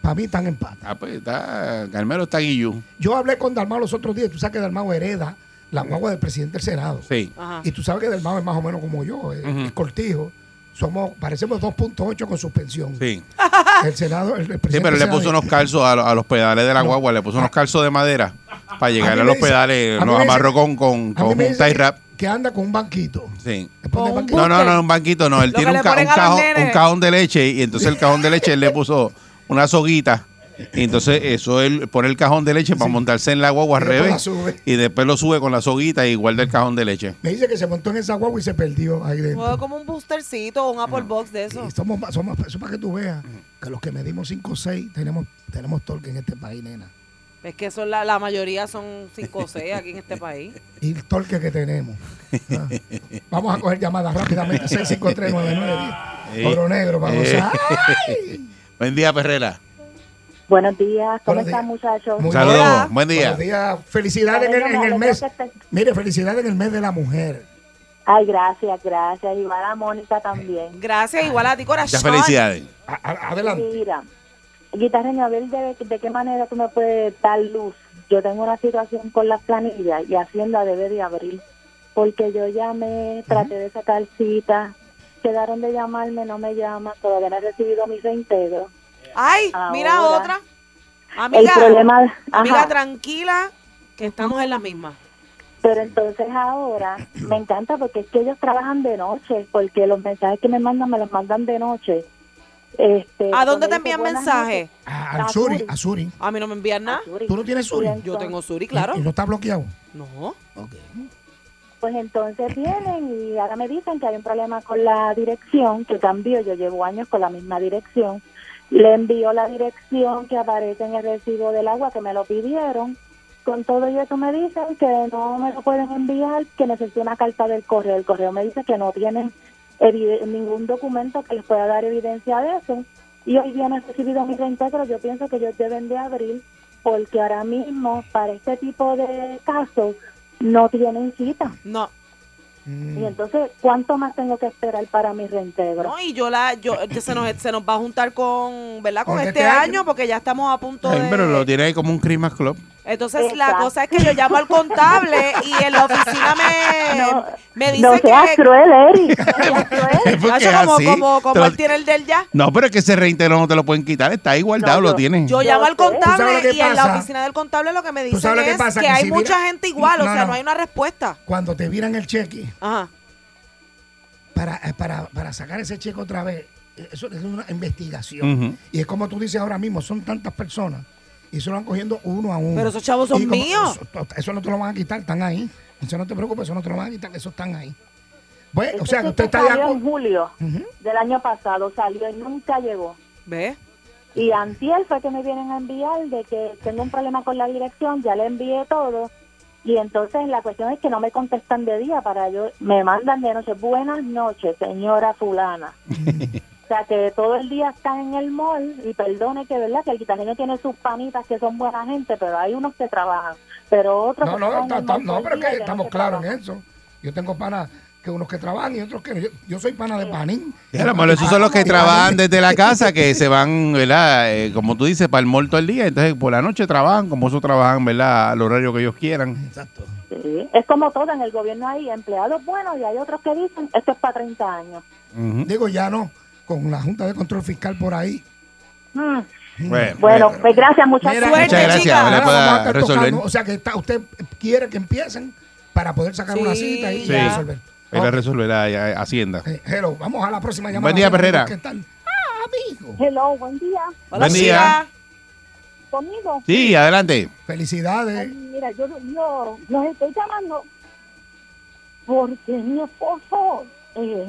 [SPEAKER 6] Para mí están empate.
[SPEAKER 5] Ah, pues está, Carmelo está guillú.
[SPEAKER 6] Yo hablé con Dalmao los otros días. Tú sabes que Dalmao hereda la guagua del presidente del Senado.
[SPEAKER 5] Sí.
[SPEAKER 7] Ajá.
[SPEAKER 6] Y tú sabes que Dalmao es más o menos como yo, es, es cortijo. Somos, parecemos 2.8 con suspensión.
[SPEAKER 5] Sí.
[SPEAKER 7] Ah.
[SPEAKER 6] El Senado, el, el presidente
[SPEAKER 5] Sí, pero
[SPEAKER 6] del
[SPEAKER 5] le
[SPEAKER 6] Senado-
[SPEAKER 5] puso unos calzos a, lo- a los pedales de la guagua, le puso unos calzos de madera para llegar
[SPEAKER 6] mí
[SPEAKER 5] a,
[SPEAKER 6] me
[SPEAKER 5] los
[SPEAKER 6] dice- a
[SPEAKER 5] pedales,
[SPEAKER 6] mí
[SPEAKER 5] los
[SPEAKER 6] me
[SPEAKER 5] amarró
[SPEAKER 6] dice-
[SPEAKER 5] con, con,
[SPEAKER 6] A mí
[SPEAKER 5] con
[SPEAKER 6] me
[SPEAKER 5] un
[SPEAKER 6] dicen
[SPEAKER 5] tie wrap.
[SPEAKER 6] que anda con un banquito.
[SPEAKER 5] Sí.
[SPEAKER 6] Le pone
[SPEAKER 7] Con
[SPEAKER 6] banquito.
[SPEAKER 5] No, no,
[SPEAKER 7] Usted.
[SPEAKER 5] no, un banquito no. Él
[SPEAKER 7] Lo
[SPEAKER 5] tiene un,
[SPEAKER 7] que le
[SPEAKER 5] ca-
[SPEAKER 7] ponen
[SPEAKER 5] un
[SPEAKER 7] a los
[SPEAKER 5] cajón,
[SPEAKER 7] nenes.
[SPEAKER 5] un cajón de leche y entonces el cajón de leche él le puso una soguita. Y entonces eso él pone el cajón de leche para montarse en la guagua al
[SPEAKER 6] Y después la
[SPEAKER 5] revés.
[SPEAKER 6] sube.
[SPEAKER 5] Y después lo sube con la soguita y guarda el cajón de leche.
[SPEAKER 6] Me dice que se montó en esa guagua y se perdió ahí
[SPEAKER 7] Fue
[SPEAKER 6] dentro.
[SPEAKER 7] como un boostercito o un Apple Box de eso.
[SPEAKER 6] Y somos, más- somos, más- eso para que tú veas que los que medimos 5 o 6 tenemos, tenemos torque en este país, nena.
[SPEAKER 7] Es que son la, la mayoría son 5 o 6 aquí en este país.
[SPEAKER 6] Y el torque que tenemos.
[SPEAKER 5] [LAUGHS]
[SPEAKER 6] Ah. Vamos a coger llamadas rápidamente. 6539910. Oro negro, vamos.
[SPEAKER 5] Eh.
[SPEAKER 6] ¡Ay!
[SPEAKER 5] Buen día, Perrera.
[SPEAKER 9] Buenos días, ¿cómo
[SPEAKER 6] Buenos
[SPEAKER 9] están
[SPEAKER 6] días.
[SPEAKER 9] muchachos?
[SPEAKER 6] Muy
[SPEAKER 5] Saludos.
[SPEAKER 7] Hola.
[SPEAKER 5] Buen día.
[SPEAKER 6] Buenos días. Felicidades en el, en el mes. Mire, felicidades en el mes de la mujer.
[SPEAKER 9] Ay, gracias, gracias. Igual a Mónica también.
[SPEAKER 7] Gracias, igual a ti, corazón.
[SPEAKER 5] Muchas felicidades.
[SPEAKER 6] A- a- adelante.
[SPEAKER 9] Mira, Guitarreño, a ver de, de qué manera tú me puedes dar luz. Yo tengo una situación con las planillas y Hacienda debe de abrir. Porque yo llamé, traté de sacar cita, quedaron de llamarme, no me llaman, todavía no he recibido mis reintegros.
[SPEAKER 7] Ay, mira
[SPEAKER 9] Ahora.
[SPEAKER 7] otra. Amiga,
[SPEAKER 9] Ah, el problema,
[SPEAKER 7] amiga
[SPEAKER 9] ajá.
[SPEAKER 7] tranquila, que estamos en la misma.
[SPEAKER 9] Pero entonces ahora me encanta porque es que ellos trabajan de noche, porque los mensajes que me mandan me los mandan de noche. Este,
[SPEAKER 7] ¿A
[SPEAKER 9] cuando
[SPEAKER 7] dónde te
[SPEAKER 9] dice,
[SPEAKER 7] envían
[SPEAKER 9] "Buenas
[SPEAKER 7] mensajes?
[SPEAKER 9] noches",
[SPEAKER 6] A, a
[SPEAKER 9] A
[SPEAKER 6] Suri,
[SPEAKER 9] Suri.
[SPEAKER 6] a Suri.
[SPEAKER 7] A mí no me envían nada.
[SPEAKER 9] Suri.
[SPEAKER 6] ¿Tú no tienes Suri?
[SPEAKER 9] Y
[SPEAKER 7] Yo
[SPEAKER 9] entonces-
[SPEAKER 7] tengo Suri, claro.
[SPEAKER 6] ¿Y no está bloqueado?
[SPEAKER 7] No.
[SPEAKER 6] Ok.
[SPEAKER 9] Pues entonces vienen y ahora me dicen que hay un problema con la dirección, que cambió, yo llevo años con la misma dirección. Le envío la dirección que aparece en el recibo del agua que me lo pidieron. Con todo y eso me dicen que no me lo pueden enviar, que necesito una carta del correo. El correo me dice que no tienen evide- ningún documento que les pueda dar evidencia de eso. Y hoy día no he recibido mi reintegro, yo pienso que ellos deben de abrir, porque ahora mismo para este tipo de casos no tienen cita.
[SPEAKER 7] No.
[SPEAKER 6] Mm.
[SPEAKER 9] Y entonces, ¿cuánto más tengo que esperar para mi reintegro?
[SPEAKER 7] No, y yo la,
[SPEAKER 6] [LAUGHS]
[SPEAKER 7] yo, se nos, se nos va a juntar con, ¿verdad? Con
[SPEAKER 6] Con
[SPEAKER 7] este,
[SPEAKER 6] este
[SPEAKER 7] año,
[SPEAKER 6] año.
[SPEAKER 7] porque ya estamos a punto
[SPEAKER 5] Ay,
[SPEAKER 7] de.
[SPEAKER 5] pero lo tiene ahí como un Christmas Club.
[SPEAKER 7] Entonces la
[SPEAKER 9] Exacto.
[SPEAKER 7] cosa es que yo llamo al contable y en la oficina
[SPEAKER 9] [LAUGHS]
[SPEAKER 7] me,
[SPEAKER 9] No,
[SPEAKER 7] me dice
[SPEAKER 9] No
[SPEAKER 7] que
[SPEAKER 9] seas cruel, Eric. No
[SPEAKER 7] [LAUGHS]
[SPEAKER 9] seas cruel.
[SPEAKER 5] ¿Por qué
[SPEAKER 7] Nacho, como,
[SPEAKER 5] así?
[SPEAKER 7] como, como
[SPEAKER 5] Te lo-
[SPEAKER 7] él tiene el del ya.
[SPEAKER 5] No, pero es que ese reintegro no te lo pueden quitar. Está ahí guardado,
[SPEAKER 9] No,
[SPEAKER 5] lo
[SPEAKER 9] yo-
[SPEAKER 5] tienes.
[SPEAKER 7] Yo
[SPEAKER 9] Yo
[SPEAKER 7] llamo al
[SPEAKER 9] sé. ¿Tú
[SPEAKER 7] contable
[SPEAKER 6] Mm. sabes lo que
[SPEAKER 7] y en la
[SPEAKER 6] pasa?
[SPEAKER 7] oficina del contable lo que me dicen
[SPEAKER 6] sabes lo que
[SPEAKER 7] es
[SPEAKER 6] pasa?
[SPEAKER 7] que
[SPEAKER 6] Que
[SPEAKER 7] hay
[SPEAKER 6] si
[SPEAKER 7] mucha
[SPEAKER 6] mira-
[SPEAKER 7] gente igual, o
[SPEAKER 6] No,
[SPEAKER 7] sea, no.
[SPEAKER 6] no.
[SPEAKER 7] hay una respuesta.
[SPEAKER 6] Cuando te viran el cheque,
[SPEAKER 7] Ajá.
[SPEAKER 6] para, eh, para, para sacar ese cheque otra vez, eh, eso es una investigación.
[SPEAKER 5] Ujú.
[SPEAKER 6] Y es como tú dices ahora mismo, son tantas personas y se lo van cogiendo uno a uno.
[SPEAKER 7] Pero esos chavos son
[SPEAKER 6] Mm. Y como-
[SPEAKER 7] míos.
[SPEAKER 6] Eso, eso no te lo van a quitar, están ahí. Eso no te preocupes, eso no te lo van a quitar, eso están ahí. Pues, [LAUGHS] o sea, que
[SPEAKER 9] Este
[SPEAKER 6] usted está
[SPEAKER 9] chico
[SPEAKER 6] de
[SPEAKER 9] salió en
[SPEAKER 6] acuerdo.
[SPEAKER 9] julio
[SPEAKER 6] Ujú.
[SPEAKER 9] del año pasado, salió y nunca llegó.
[SPEAKER 7] ¿Ves?
[SPEAKER 9] Y antier fue que me vienen a enviar de que tengo un problema con la dirección, ya le envié todo. Y entonces la cuestión es que no me contestan de día para yo, me mandan de noche, buenas noches, señora
[SPEAKER 6] [LAUGHS]
[SPEAKER 9] fulana. o sea que todo el día están en el mall y perdone que verdad que el guitarreño tiene sus panitas que son buena gente, pero hay unos que trabajan, pero otros
[SPEAKER 6] No,
[SPEAKER 9] que
[SPEAKER 6] no,
[SPEAKER 9] están en
[SPEAKER 6] está-
[SPEAKER 9] el
[SPEAKER 6] está-
[SPEAKER 9] mall todo
[SPEAKER 6] no,
[SPEAKER 9] el
[SPEAKER 6] pero es
[SPEAKER 9] día y
[SPEAKER 6] que
[SPEAKER 9] no
[SPEAKER 6] estamos
[SPEAKER 9] se
[SPEAKER 6] claros en
[SPEAKER 9] trabajan.
[SPEAKER 6] eso. Yo tengo panas que unos que trabajan y otros que no. Yo, yo soy pana de panín. Ah,
[SPEAKER 5] Y a lo mejor esos son los que
[SPEAKER 6] Y panín-
[SPEAKER 5] trabajan desde la casa, que se van, ¿verdad? Eh, como tú dices, para el muerto el día. Entonces, por la noche trabajan, como eso trabajan, ¿verdad? Al horario que ellos quieran.
[SPEAKER 6] Exacto.
[SPEAKER 9] Sí, Es como todo en el gobierno hay empleados buenos y hay otros que dicen, esto es para 30 años.
[SPEAKER 5] Ujú.
[SPEAKER 6] Digo, ya no, con la Junta de Control Fiscal por ahí.
[SPEAKER 9] Mm.
[SPEAKER 5] Bueno,
[SPEAKER 9] Bueno,
[SPEAKER 5] bueno.
[SPEAKER 9] pues gracias muchachos.
[SPEAKER 7] Suerte,
[SPEAKER 5] muchas gracias.
[SPEAKER 7] chica.
[SPEAKER 5] ojalá
[SPEAKER 6] Ahora
[SPEAKER 5] pueda
[SPEAKER 6] vamos a estar
[SPEAKER 5] resolver.
[SPEAKER 6] tocando, o sea, que está- usted quiere que empiecen para poder sacar
[SPEAKER 7] Sí,
[SPEAKER 6] una cita y
[SPEAKER 7] ya.
[SPEAKER 6] resolver.
[SPEAKER 5] Pero
[SPEAKER 6] Ok,
[SPEAKER 5] resolver la eh, Hacienda.
[SPEAKER 6] hello, vamos a la próxima llamada.
[SPEAKER 5] Buen día,
[SPEAKER 6] Vamos a ver
[SPEAKER 5] Herrera.
[SPEAKER 6] ¿Qué tal? Ah, amigo.
[SPEAKER 9] Hello, buen día.
[SPEAKER 7] Hola,
[SPEAKER 5] Buen
[SPEAKER 7] chica.
[SPEAKER 5] día.
[SPEAKER 9] ¿Conmigo?
[SPEAKER 5] Sí, adelante.
[SPEAKER 9] Ay,
[SPEAKER 6] Felicidades.
[SPEAKER 9] mira, yo, yo los estoy llamando porque mi esposo eh,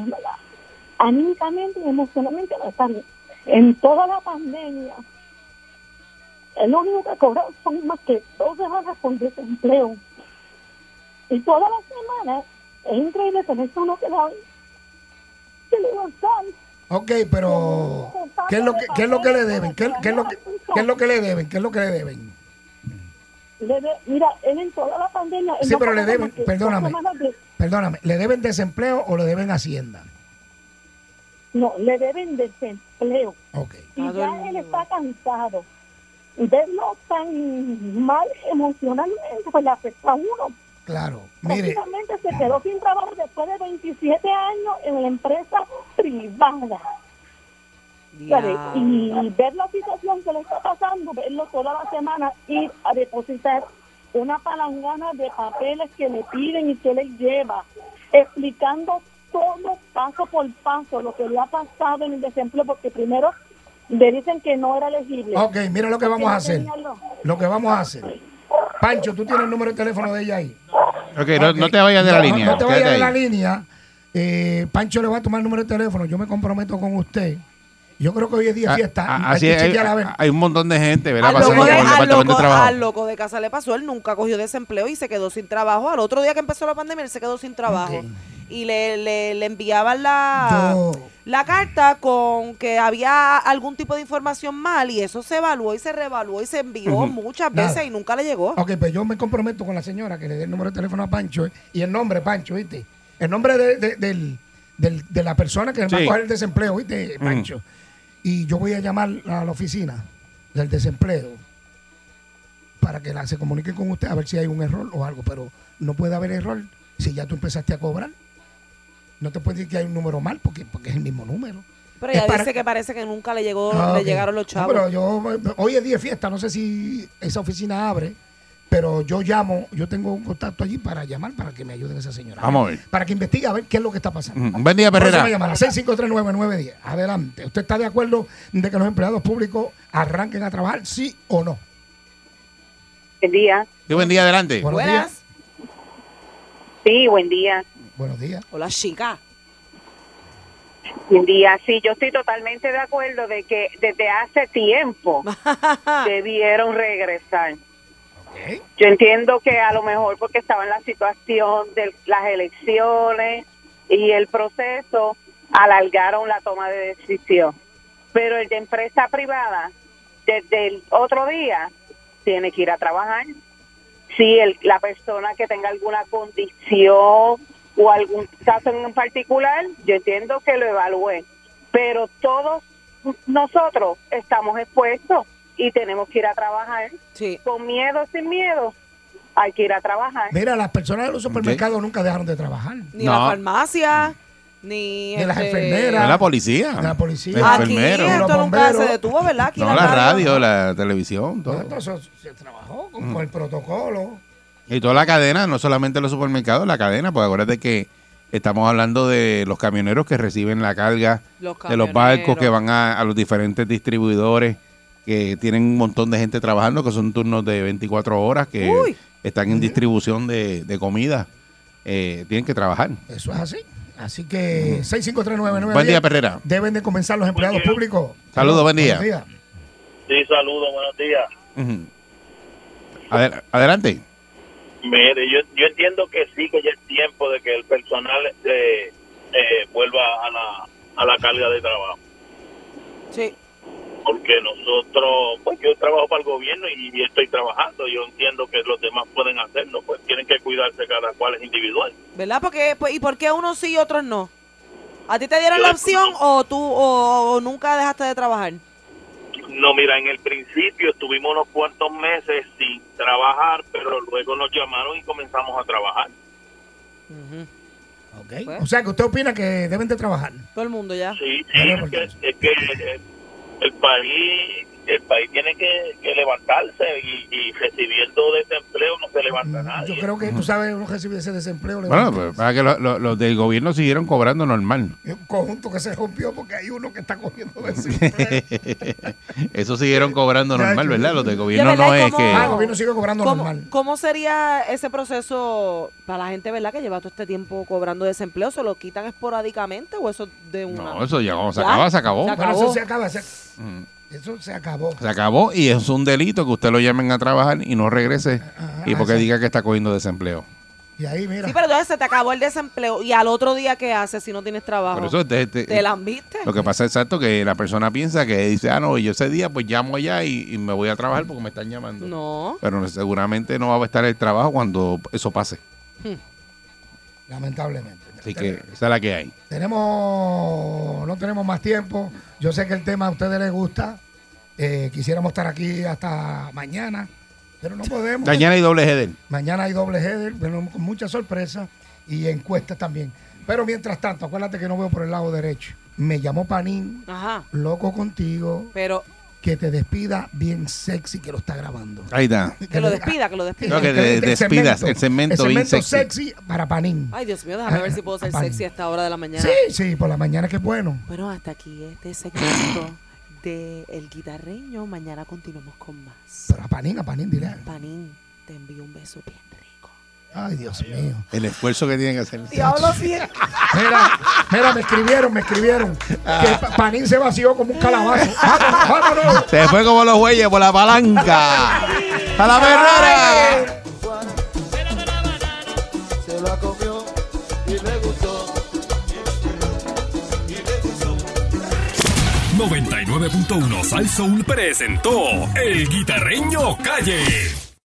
[SPEAKER 9] anímicamente y emocionalmente no está bien. En toda la pandemia, el único que ha cobrado son más que dos semanas con desempleo. Y todas las semanas es increíble tenerse uno que no que le va a dar.
[SPEAKER 6] Ok, pero ¿qué es lo que, qué es lo que le deben? ¿Qué, qué es lo que, qué es lo que le deben? ¿Qué es lo que le deben?
[SPEAKER 9] Le de- Mira, él en toda la pandemia. él
[SPEAKER 6] Sí,
[SPEAKER 9] no
[SPEAKER 6] pero le
[SPEAKER 9] cobraba
[SPEAKER 6] deben-
[SPEAKER 9] más que dos
[SPEAKER 6] perdóname.
[SPEAKER 9] semanas de-
[SPEAKER 6] Perdóname, ¿le deben desempleo o le deben Hacienda?
[SPEAKER 9] No, le deben desempleo.
[SPEAKER 6] Ok.
[SPEAKER 9] Y
[SPEAKER 7] Está
[SPEAKER 9] ya
[SPEAKER 7] dormido.
[SPEAKER 9] él está cansado. Verlo tan mal emocionalmente, pues le afecta a uno.
[SPEAKER 6] Claro, mire,
[SPEAKER 9] Prácticamente se quedó sin trabajo después de 27 años en la empresa privada. ¿sabes?
[SPEAKER 7] Diablo.
[SPEAKER 9] Y ver la situación que le está pasando, verlo toda la semana, ir a depositar una palangana de papeles que le piden y que le lleva, explicando todo paso por paso lo que le ha pasado en el desempleo, porque primero le dicen que no era elegible.
[SPEAKER 6] ok, mira lo que vamos a hacer.
[SPEAKER 9] Señaló.
[SPEAKER 6] Lo que vamos a hacer. Pancho, tú tienes el número de teléfono de ella ahí.
[SPEAKER 5] Ok, no,
[SPEAKER 6] Ok.
[SPEAKER 5] no te vayas de la
[SPEAKER 6] No,
[SPEAKER 5] línea.
[SPEAKER 6] No, te vayas
[SPEAKER 5] quédate
[SPEAKER 6] de la
[SPEAKER 5] ahí.
[SPEAKER 6] línea. Eh, Pancho le va a tomar el número de teléfono. Yo me comprometo con usted. Yo creo que hoy es día
[SPEAKER 5] A-
[SPEAKER 6] fiesta.
[SPEAKER 5] a-
[SPEAKER 6] hay
[SPEAKER 5] Ah, así
[SPEAKER 6] que
[SPEAKER 5] es, ah, hay,
[SPEAKER 6] chequear a ver.
[SPEAKER 5] hay un montón de gente, ¿verdad?
[SPEAKER 7] Al
[SPEAKER 5] Pasando
[SPEAKER 7] loco,
[SPEAKER 5] por
[SPEAKER 6] al
[SPEAKER 5] el
[SPEAKER 7] de, al,
[SPEAKER 5] departamento
[SPEAKER 7] loco,
[SPEAKER 5] de trabajo.
[SPEAKER 7] al loco de casa le pasó, él nunca cogió desempleo y se quedó sin trabajo. Al otro día que empezó la pandemia, él se quedó sin trabajo.
[SPEAKER 6] Ok.
[SPEAKER 7] Y le, le, le enviaban la,
[SPEAKER 5] ah.
[SPEAKER 6] Yo-
[SPEAKER 7] la carta con que había algún tipo de información mal y eso se evaluó y se reevaluó y se envió muchas
[SPEAKER 6] Nada.
[SPEAKER 7] veces y nunca le llegó.
[SPEAKER 6] Ok, pues yo me comprometo con la señora que le dé el número de teléfono a Pancho eh, y el nombre, Pancho, ¿viste? El nombre de, de- del, del- de la persona que va a
[SPEAKER 5] Sí.
[SPEAKER 6] coger el desempleo, ¿viste, Pancho? Y yo voy a llamar a la oficina del desempleo para que la- se comuniquen con usted a ver si hay un error o algo, pero no puede haber error si ya tú empezaste a cobrar. No te puedes decir que hay un número mal porque, porque es el mismo número.
[SPEAKER 7] Pero
[SPEAKER 6] Es
[SPEAKER 7] ella
[SPEAKER 6] para-
[SPEAKER 7] dice que parece que nunca le llegó,
[SPEAKER 6] Ah,
[SPEAKER 7] le
[SPEAKER 6] ok.
[SPEAKER 7] llegaron los
[SPEAKER 6] No,
[SPEAKER 7] chavos.
[SPEAKER 6] pero yo, hoy es día de fiesta, no sé si esa oficina abre, pero yo llamo, yo tengo un contacto allí para llamar para que me ayuden a esa señora.
[SPEAKER 5] Vamos a ver.
[SPEAKER 6] Para que investigue a ver qué es lo que está pasando.
[SPEAKER 5] Mm, Buen día,
[SPEAKER 6] Próxima
[SPEAKER 5] Perrera.
[SPEAKER 6] llamada, 6539910. Adelante. ¿Usted está de acuerdo de que los empleados públicos arranquen a trabajar, sí o no?
[SPEAKER 10] Buen día.
[SPEAKER 5] Qué buen día, adelante.
[SPEAKER 6] Buenos días.
[SPEAKER 7] Buenas.
[SPEAKER 10] Sí, buen día.
[SPEAKER 6] Buenos días.
[SPEAKER 7] Hola, chica.
[SPEAKER 10] Buen día. Sí, yo estoy totalmente de acuerdo de que desde hace
[SPEAKER 7] [LAUGHS]
[SPEAKER 10] tiempo debieron regresar. Yo entiendo que a lo mejor porque estaba en la situación de las elecciones y el proceso, alargaron la toma de decisión. Pero el de empresa privada, desde el otro día, tiene que ir a trabajar. Si el- la persona que tenga alguna condición o algún caso en particular, yo entiendo que lo evalúe. Pero todos nosotros estamos expuestos y tenemos que ir a trabajar
[SPEAKER 7] Sí.
[SPEAKER 10] con miedo o sin miedo, hay que ir a trabajar.
[SPEAKER 6] Mira, las personas de los supermercados nunca dejaron de trabajar. Ni
[SPEAKER 7] Ni
[SPEAKER 5] No.
[SPEAKER 7] la farmacia, ni.
[SPEAKER 6] las
[SPEAKER 7] este,
[SPEAKER 5] Es
[SPEAKER 6] enfermeras.
[SPEAKER 5] la policía.
[SPEAKER 6] La policía.
[SPEAKER 5] Los
[SPEAKER 7] Aquí
[SPEAKER 5] enfermeros.
[SPEAKER 6] los
[SPEAKER 7] esto nunca se
[SPEAKER 6] bomberos.
[SPEAKER 7] detuvo, ¿verdad? Aquí
[SPEAKER 5] No, la radio, la televisión, todo.
[SPEAKER 6] Todo eso se trabajó
[SPEAKER 5] Mm.
[SPEAKER 6] con, con el protocolo.
[SPEAKER 5] Y toda la cadena, no solamente los supermercados, la cadena, pues acuérdate que estamos hablando de los camioneros que reciben la carga,
[SPEAKER 7] Los
[SPEAKER 5] de los barcos
[SPEAKER 7] camioneros.
[SPEAKER 5] que van a, a los diferentes distribuidores, que tienen un montón de gente trabajando, que son turnos de 24 horas, que
[SPEAKER 7] Uy.
[SPEAKER 5] están en distribución de, de comida. Eh, tienen que trabajar.
[SPEAKER 6] Eso es así. Así que 6539910.
[SPEAKER 5] Mm. Buen día, Perrera.
[SPEAKER 6] Deben de comenzar los empleados públicos.
[SPEAKER 5] Saludos, buen día.
[SPEAKER 6] Buenos
[SPEAKER 8] [LAUGHS] Sí, saludos, buenos días.
[SPEAKER 5] Ujú. Adel- adelante.
[SPEAKER 8] Mire, yo, yo entiendo que sí, que ya es tiempo de que el personal eh, eh, vuelva a la, a la carga de trabajo.
[SPEAKER 7] Sí.
[SPEAKER 8] Porque nosotros, pues yo trabajo para el gobierno y, y estoy trabajando. Yo entiendo que los demás pueden hacerlo, pues tienen que cuidarse cada cual es individual.
[SPEAKER 7] ¿Verdad? Porque, pues, ¿Y por qué unos sí y otros no? ¿A ti te dieron
[SPEAKER 8] Yo
[SPEAKER 7] la
[SPEAKER 8] les-
[SPEAKER 7] opción o tú o, o nunca dejaste de trabajar?
[SPEAKER 8] No, mira, en el principio estuvimos unos cuantos meses sin trabajar, pero luego nos llamaron y comenzamos a trabajar.
[SPEAKER 7] Ujú.
[SPEAKER 6] días.
[SPEAKER 7] Pues.
[SPEAKER 6] O sea, que usted opina que deben de trabajar.
[SPEAKER 7] Todo el mundo ya.
[SPEAKER 8] Sí, sí,
[SPEAKER 6] Bueno,
[SPEAKER 8] es
[SPEAKER 6] porque-
[SPEAKER 8] que, es que el, el país el país tiene que, que levantarse y, y recibiendo desempleo no se levanta nadie.
[SPEAKER 6] Mm, Yo creo que tú sabes, uno recibe ese desempleo.
[SPEAKER 5] Bueno,
[SPEAKER 6] levanta-
[SPEAKER 5] pues, para que lo- lo- los del gobierno siguieron cobrando normal.
[SPEAKER 6] Es un conjunto que se rompió porque hay uno que está
[SPEAKER 5] [LAUGHS]
[SPEAKER 6] cogiendo desempleo.
[SPEAKER 5] Eso siguieron cobrando normal, ¿verdad? Los del gobierno
[SPEAKER 7] De verdad,
[SPEAKER 5] no es
[SPEAKER 7] ¿cómo?
[SPEAKER 5] que...
[SPEAKER 6] ah, el gobierno sigue cobrando
[SPEAKER 7] ¿Cómo,
[SPEAKER 6] normal.
[SPEAKER 7] cómo sería ese proceso para la gente, verdad, que lleva todo este tiempo cobrando desempleo? ¿Se lo quitan esporádicamente o eso de una?
[SPEAKER 5] No, eso ya, como se
[SPEAKER 7] Ya.
[SPEAKER 5] acaba, se acabó.
[SPEAKER 7] Ya.
[SPEAKER 6] Bueno,
[SPEAKER 7] acabó.
[SPEAKER 6] eso se acaba. se-
[SPEAKER 5] Mm.
[SPEAKER 6] eso se acabó.
[SPEAKER 5] Se acabó y es un delito que usted lo llamen a trabajar y no regrese
[SPEAKER 6] Ajá,
[SPEAKER 5] y porque
[SPEAKER 6] exacto.
[SPEAKER 5] diga que está cogiendo desempleo.
[SPEAKER 6] Y ahí, mira.
[SPEAKER 7] Sí, pero entonces se te acabó el desempleo y al otro día, ¿qué haces si no tienes trabajo?
[SPEAKER 5] Por eso este- este-
[SPEAKER 7] ¿Te la viste?
[SPEAKER 5] lo que pasa es exacto que la persona piensa que dice, ah, no, yo ese día pues llamo allá y, y me voy a trabajar porque me están llamando.
[SPEAKER 7] No.
[SPEAKER 5] Pero seguramente no va a estar el trabajo cuando eso pase.
[SPEAKER 6] Lamentablemente.
[SPEAKER 5] Así que esa es la que hay.
[SPEAKER 6] Tenemos, no tenemos más tiempo. Yo sé que el tema a ustedes les gusta. Eh, quisiéramos estar aquí hasta mañana, pero no podemos.
[SPEAKER 5] Mañana hay doble header.
[SPEAKER 6] Mañana hay doble header, pero con muchas sorpresas y encuestas también. Pero mientras tanto, acuérdate que no veo por el lado derecho. Me llamó Panín,
[SPEAKER 7] Ajá.
[SPEAKER 6] loco contigo,
[SPEAKER 7] Pero
[SPEAKER 6] que te despida bien sexy que lo está grabando.
[SPEAKER 5] Ahí está.
[SPEAKER 7] que lo despida, que lo despida.
[SPEAKER 5] No, que te-
[SPEAKER 6] el
[SPEAKER 5] despidas, el segmento bien
[SPEAKER 6] sexy. para Panín.
[SPEAKER 7] Ay, Dios mío, déjame ver si puedo ser
[SPEAKER 6] Pan.
[SPEAKER 7] sexy a esta hora de la mañana.
[SPEAKER 6] Sí, sí, por la mañana que es bueno.
[SPEAKER 7] Bueno, hasta aquí este segmento de El Guitarreño. Mañana continuamos con más.
[SPEAKER 6] Pero a Panín, a Panín, dirá.
[SPEAKER 7] Panín, te envío un beso bien rico.
[SPEAKER 6] Ay, Dios mío.
[SPEAKER 5] El esfuerzo que tienen que hacer.
[SPEAKER 6] Mira, mira, me escribieron, me escribieron. Que
[SPEAKER 5] Ah.
[SPEAKER 6] Pa- Panín se vació como un calabazo. Vámonos, vámonos.
[SPEAKER 5] Se fue como los bueyes por la palanca. ¡A la perrera!
[SPEAKER 1] Salsoul presentó El Guitarreño Calle.